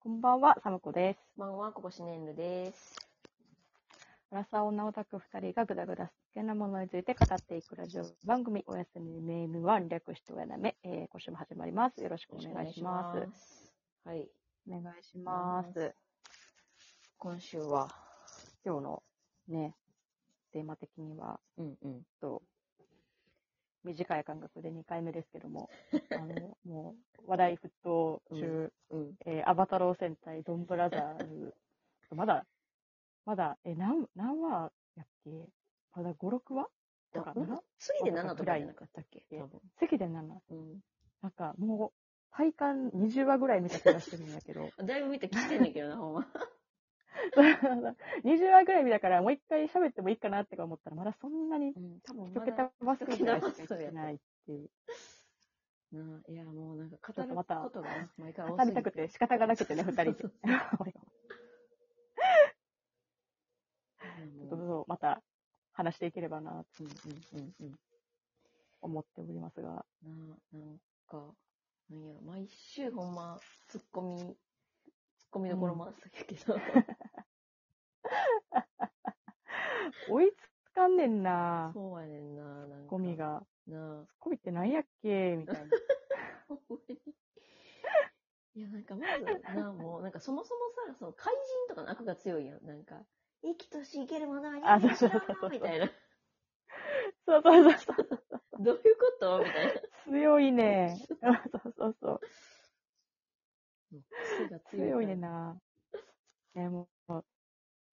こんばんは、さむこです。こんばんは、こぼしねんるです。アラサー女オタク2人がぐだぐだ好きなものについて語っていくラジオ番組、おやすみメームは略しておやなめ、えー、今週も始まります。よろしくお願いします。よろしくお願いします。はい。お願いします。。今週は、今日のね、テーマ的には、うんうん。ちょっと、短い間隔で2回目ですけど も、あの、もう、話題沸騰中、うん。えーアバタロー戦隊ドンブラザーズ、まだ、まだ、え、何、何話やっけまだ5、6話だとか、からな次で7とかじゃなかったっけい多分。席で7。うなんかもう、体感20話ぐらい見た気がしてるんだけど、 ん。だいぶ見てきてんだけどな、ほんま。 20話ぐらい見たからもう一回喋ってもいいかなって思ったら、まだそんなにうん、多分一まだ桁マスクぐらいしかしてないっていう。な。いや、もうなんかち語ょっとるこまたとがな、毎回多語すりぎたくて仕方がなくてね、二人で。そうちょっとうん そうまた話していければなとうんうんうん。思っておりますが、なあ、なんか、なんやろ、毎週ほんま、ツッコミ、ツッコミどころ満載やけ ど、追いつかんねんなそうやねんな、なんか。ゴミ。が。なあ、ゴミってなんやっけみたいな。ほんまに。いや、なんかまず、 なあ、もう、なんかそもそもさ、その怪人とかの悪が強いやん、なんか。生きとし生けるものは人間知らあそうそうそうそんうみたいな。 そうそうそうそう。どういうことみたいな。強いね。 そうそうそう。癖が強い強いねん。な。ね、もう、やっ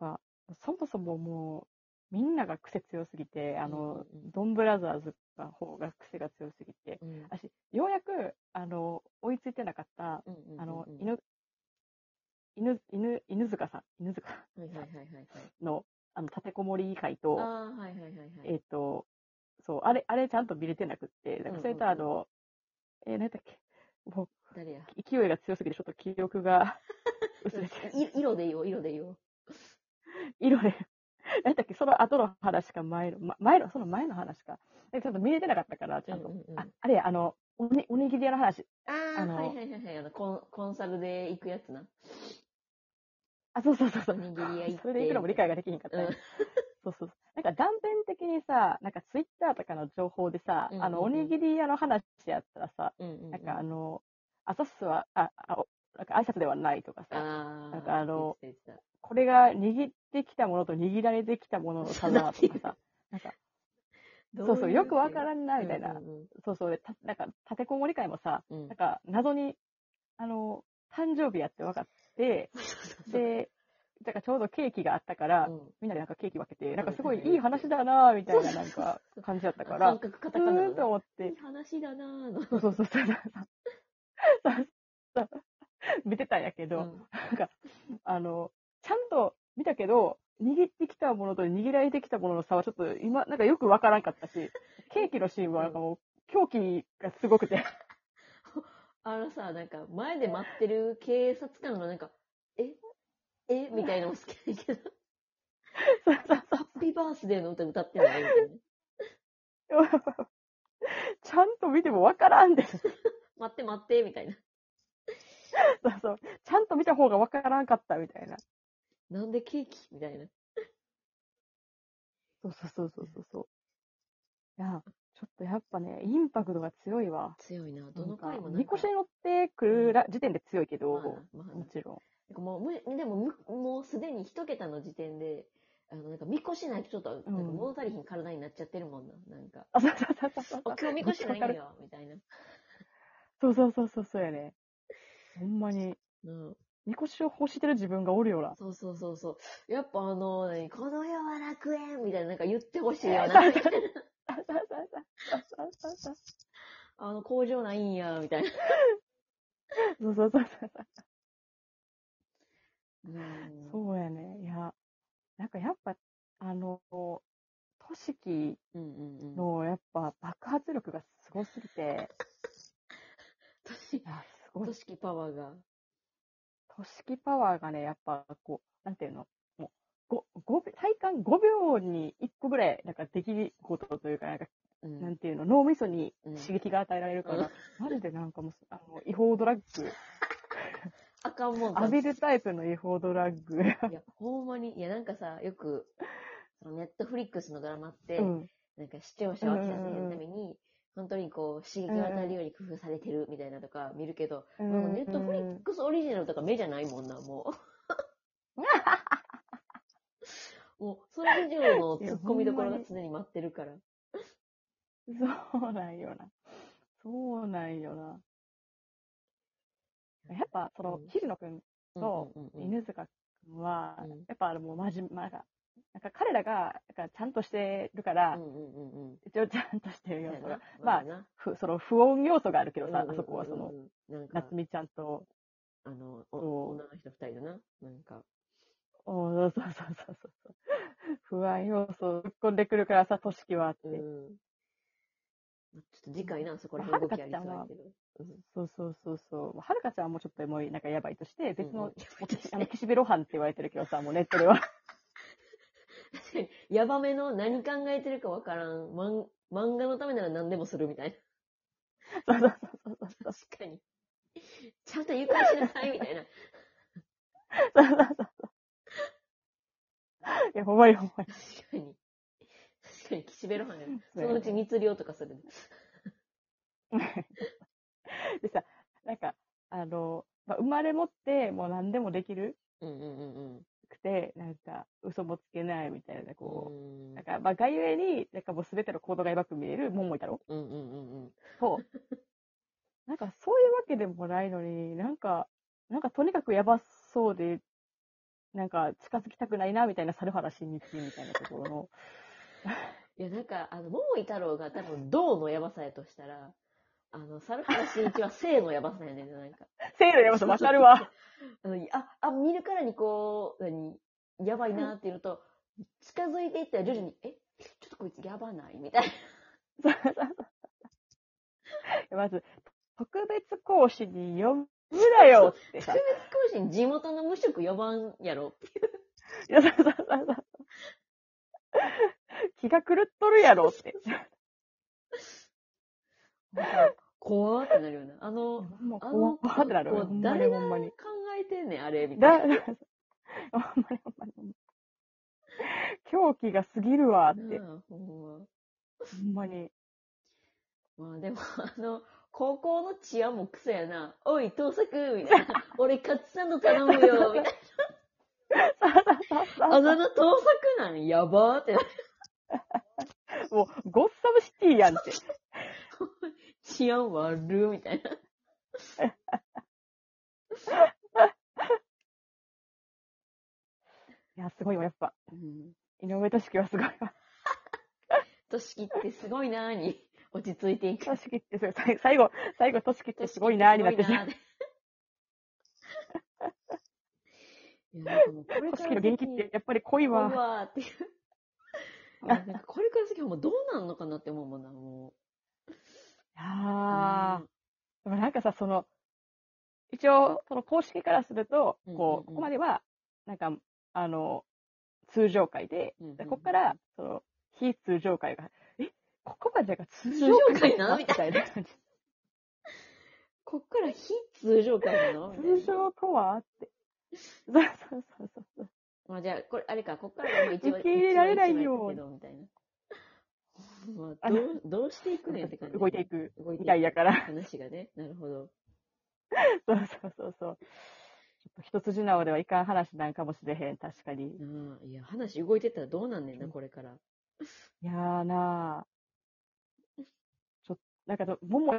ぱそもそももう、みんなが癖強すぎて、あの、うんうんうんドンブラザーズの方が癖が強すぎて、うん。私、ようやく、あの、追いついてなかった、うんうんうんうんあの、、犬、犬、犬、犬塚さん、犬塚はいはいはいはいはい。の、あの、立てこもり会あと、あ、はいはいはいはい。えっ、と、そう、あれ、あれちゃんと見れてなくって、なんかそれとあの、えー、何だっけ、もう、誰や勢いが強すぎて、ちょっと記憶 が薄れてる。い色でいいよ、色でいいよ。色で。なんだっけ、その後の話か前の、ま前の、その前の話か。えちょっと見れてなかったから、ちゃんと。うんうんうんあ、あれや、あの、おに、おにぎり屋の話。ああ、あのはいはいはいはい。あの、コンコンサルで行くやつな。あ、そうそうそうそう。おにぎり屋行ってそれでいくのも理解ができひんかった、うんそうそうそう。なんか断片的にさ、なんかツイッターとかの情報でさ、うんうんうんあの、おにぎり屋の話やったらさ、うんうん。なんかあ、の、アサスは、あ、あ、おなんか挨拶ではないとかさ、ああ、なんかあの言ってた、言ってこれが握ってきたものと握られてきたものの 差だとかさ、なんか、たそうそう、よくわかんらんな、みたいなうん。うんそうそう、たなんか、立てこもり会もさ、うんうんなんか、謎に、あの、誕生日やって分かって、で、なんかちょうどケーキがあったから、うんみんなでなんかケーキ分けて、なんかうんすごいいい話だなぁ、みたいそうな、そうなんそうか、感じだったか感ら、覚カうタカナーのんとね思っいてい、話だなぁの。そうそうそう、そうそうそうそう 見てたんやけど、なんか、あの、ちゃんと見たけど、握ってきたものと握られてきたものの差はちょっと今、なんかよくわからんかったし、 ケーキのシーンはなんかもう、狂気がすごくて、 あのさ、なんか、前で待ってる警察官のなんか、ええみたいなのも好きだけ ど、そうそうそうハッピーバースデーの歌歌ってないみたいな。ちゃんと見てもわからんで。そう待って待って、みたいな。そう。ちゃんと見た方がわからんかったみたいな。なんでケーキみたいな。そうそうそうそうそうそう。いや、ちょっとやっぱね、インパクトが強いわ。強いな。どの回もなニんかコシに乗ってくるら時点で強いけまどあ、なまあなもちろん。なんかもうむ、でもむ、もうすでに一桁の時点で、あの、なんか、みこしないとちょっと、なんかうん物足りひん体になっちゃってるもんな。なんか、あ、そうそうそうそうそあう。今日みこしないんめっだちゃわかるよ、みたいな。そうそうそうそうそうやね。ほんまに、うん。ニコシを欲してる自分がおるよな。そうそうそうそう。やっぱあの、何この世は楽園みたいな、なんか言ってほしいそうよそう な。そうそうそうあの、工場ないんや、みたいな。そうそうそうそう。うんそうやね。いや、なんかやっぱ、あの、としきうんうんうん。のやっぱ爆発力がすごすぎて、としいや、すごいと。しきパワーが。としきパワーがね、やっぱこう、なんていうの、もう、ご、ご、体感5秒に1個ぐらい、なんかできることというか、なんか、うなんん。ていうの、脳みそにうん刺激が与えられるかうんら、マジでなんかもう、あの、違法ドラッグ、あかんもんだ浴びるタイプの違法ドラッグ。いや、ほんまに、いや、なんかさ、よく、そのネットフリックスのドラマって、うん。なんか視聴者を飽きさせるために、本当にこう、刺激を与えるように工夫されてるみたいなとか見るけど、もうネットフリックスオリジナルとか目じゃないもんな、もう。もう、それ以上の突っ込みどころが常に待ってるから。そうなんよな。そうなんよな。やっぱ、そのうん、昼野くん、そうんうんうん犬塚くんはうん、やっぱあれもう真面目、なんか、なんか彼らが、なんかちゃんとしてるかうらん、うんうんうん。一応ちゃんとしてる要そう素やがな。まあ、そうやなふその不穏要素があるけどさ、うんうんうんうんあそこはその、、なんか夏、美ちゃんと、あの、そうお女の人二人だな。なんか、おーそうそうそうそうそう。不安要素を突っ込んでくるからさ、としきはあって。うん。まあちょっと次回な、そこら辺動きありそうやけど。 うんそうそうそうそう。はるかちゃんもちょっとエモい、なんかやばいとして、別うんの、 うん私あの、岸辺露伴って言われてるけどさ、もうネットでは。確かに、ヤバめの何考えてるかわからん。マン漫画のためなら何でもするみたいそうそうそうそうな。確かに。ちゃんと誘拐しなさいみたいな。そう。そうそうそうそう。いや、ほんまにほんまに。確かに。確かに、岸辺露伴やそなう そやのねうち密漁とかする。でさ、なんか、あの、まあ、生まれ持って、もう何でもできるうんうんうんうん。くて、なんか、嘘もつけないみたいな、こう、うんなんか、まあ、外遊に、なんかもう全ての行動がやばく見える、桃井太郎うんうんうんうん。と、 なんかそういうわけでもないのに、なんか、なんかとにかくやばそうで、なんか近づきたくないな、みたいな猿原新一みたいなところ の、いや、なんか、あの、桃井太郎が多分、銅のやばさやとしたら、あの、猿原慎一は性のやばさやねんな、なんか。 せいのやばさわかる わ。あの、あ、あ、見るからにこう、何、やばいなっていうのと、近づいていったら徐々に、え、ちょっとこいつやばないみたい な。そうそうそうまず、特別講師に呼ぶなよってさ 特。別講師に地元の無職呼ばんやろ。いや、そうそうそうそう。気が狂っとるやろって。怖ってなるよな。あの、考もう、あ怖のっってなる。こうほんまにほんまに。えてんねん、あれ、みただ、 いな。だ、ほんまにほんまにほんまに。狂気が過ぎるわって、なあほんほんまに。ま。まあでも、あの、高校の治安もクソやな。おい、盗作みた いな。俺、カツサンド頼むよみたいな。あだ名盗作なんやばーってなる。もう、ゴッサムシティやんって。治安悪ーみたいな。いや、すごいわ、やっぱ。うん。井上俊樹はすごいわ。としきってすごいなーに、落ち着いていく。俊樹ってすごい。最最後、最後、俊樹ってすごいなーになってしまう。い や、なんかもうこれか俊ら樹の元気って、やっぱり濃い怖いわ。わーっていう。いやなんかこれから先はもうどうなんのかなって思うもんな、もいやう。ー。でもなんかさ、その、一応、その公式からすると、こう、うんうんうんここまでは、なんか、あの、通常回で、うんうんうんでここから、その、非通常回が、え、ここまでが通常通常回回ななみみたたいな感じ。こっから非通常回な のみたいな通常とはって。そうそうそうそうそう。まあじゃあ、これ、あれか、こっから がもう一番。受け入れられないよ一番一番やけどみたいな。まあ、あどのう、どうしていくねんって感じ。動いていく動いていくみたいだから。話がね、なるほど。そうそうそうそう。ちょっと一筋縄ではいかん話なんかもしれへん、確かに。なあいや、話動いてったらどうなんねんな、これから。いやーなあちょっと、なんかそ、桃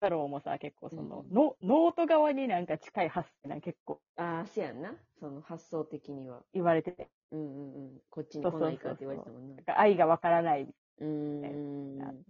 太郎もさ、結構その、うんのノート側になんか近い発想なんか結構ああ、せやんな。その発想的には。言われてて、うんうんうん。こっちに来ないかって言われてたもんな。なんか愛がわからない。うーん。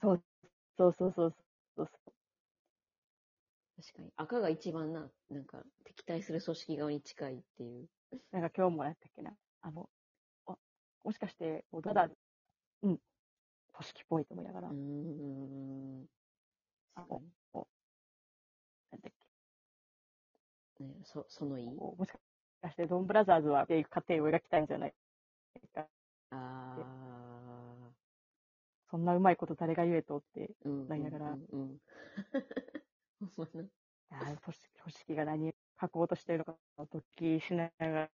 そうそうそうそうそうそう。確かに。赤が一番な、なんか、敵対する組織側に近いっていう。なんか今日もやったっけな。あの、あもしかして、こうただ、うん、都市っぽいと思いながら、うーなんん。あ確かにだっけ、ね、そ、そのいいこうもしかしてドンブラザーズはっていう過程を描きたいんじゃないか。あそんなうまいこと誰が言えとって。 あ。うん。なりながらうんうん。うん。ほんまなああ、都市、都市キが何書こうとしてるのかをドッキしながら、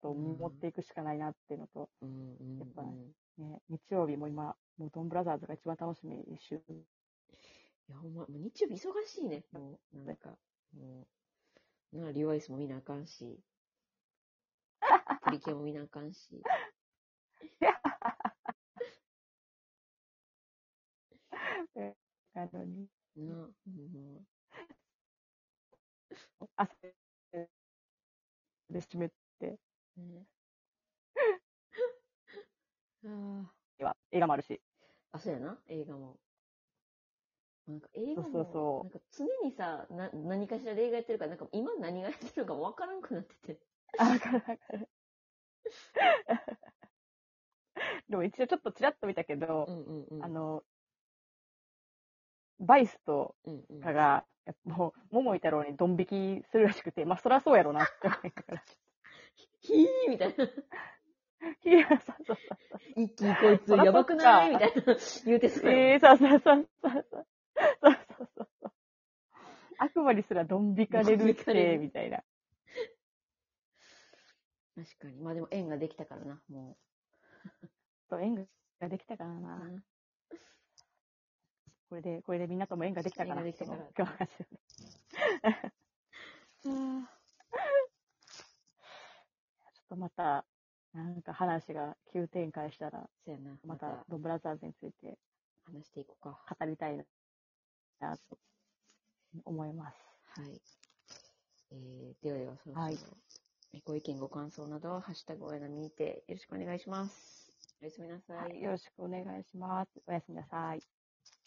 と持っていくしかないなっていうのと、うんうんやっぱうんね、日曜日も今、もうドンブラザーズが一番楽しみ一週。いや、ほんま、もう日曜日忙しいね。もう、なんか、もう、なあ、リワイスも見なあかんし、プリキュアも見なあかんし。あのになあ、もう、朝で締め ね。あては映画もあるし。 あ。あ、そうやな、映画も。なんか映画も、そうそうそうなんか常にさ、な何かしらで映画やってるから、なんか今何がやってるかわからんくなってて。あ、わかるわかる。でも一応ちょっとちらっと見たけうど、んうんうん。あ、の、バイスとうんうん。かが、やっぱもう、桃井太郎にドン引きするらしくて、まあそらそうやろなって思いながら。ひーみた いな。いや、そうそう一気にこいつやばくないみたいな言うてそ。そううやええそうそうそうそうそう。そうそうそうそう。悪魔にすらドン引かれるっドン引かれて、るみたいな。もん。確かに。まあでも縁ができたからな、もそう、縁ができたからう。な。これで、これでみんなとも縁ができたから。縁ができたからその今日の話でうんちょっとまた、なんか話が急展開したら、そうやな。ままたたドンブラザーズについて話していこうか。語りたいなと思います。はい。えー、ではでは、そろそろ、はいご意見、ご感想などは、ハッシュタグおやなみにて、よろしくお願いします。おやすみなさはい、よろしくお願いします。おやすみなさい。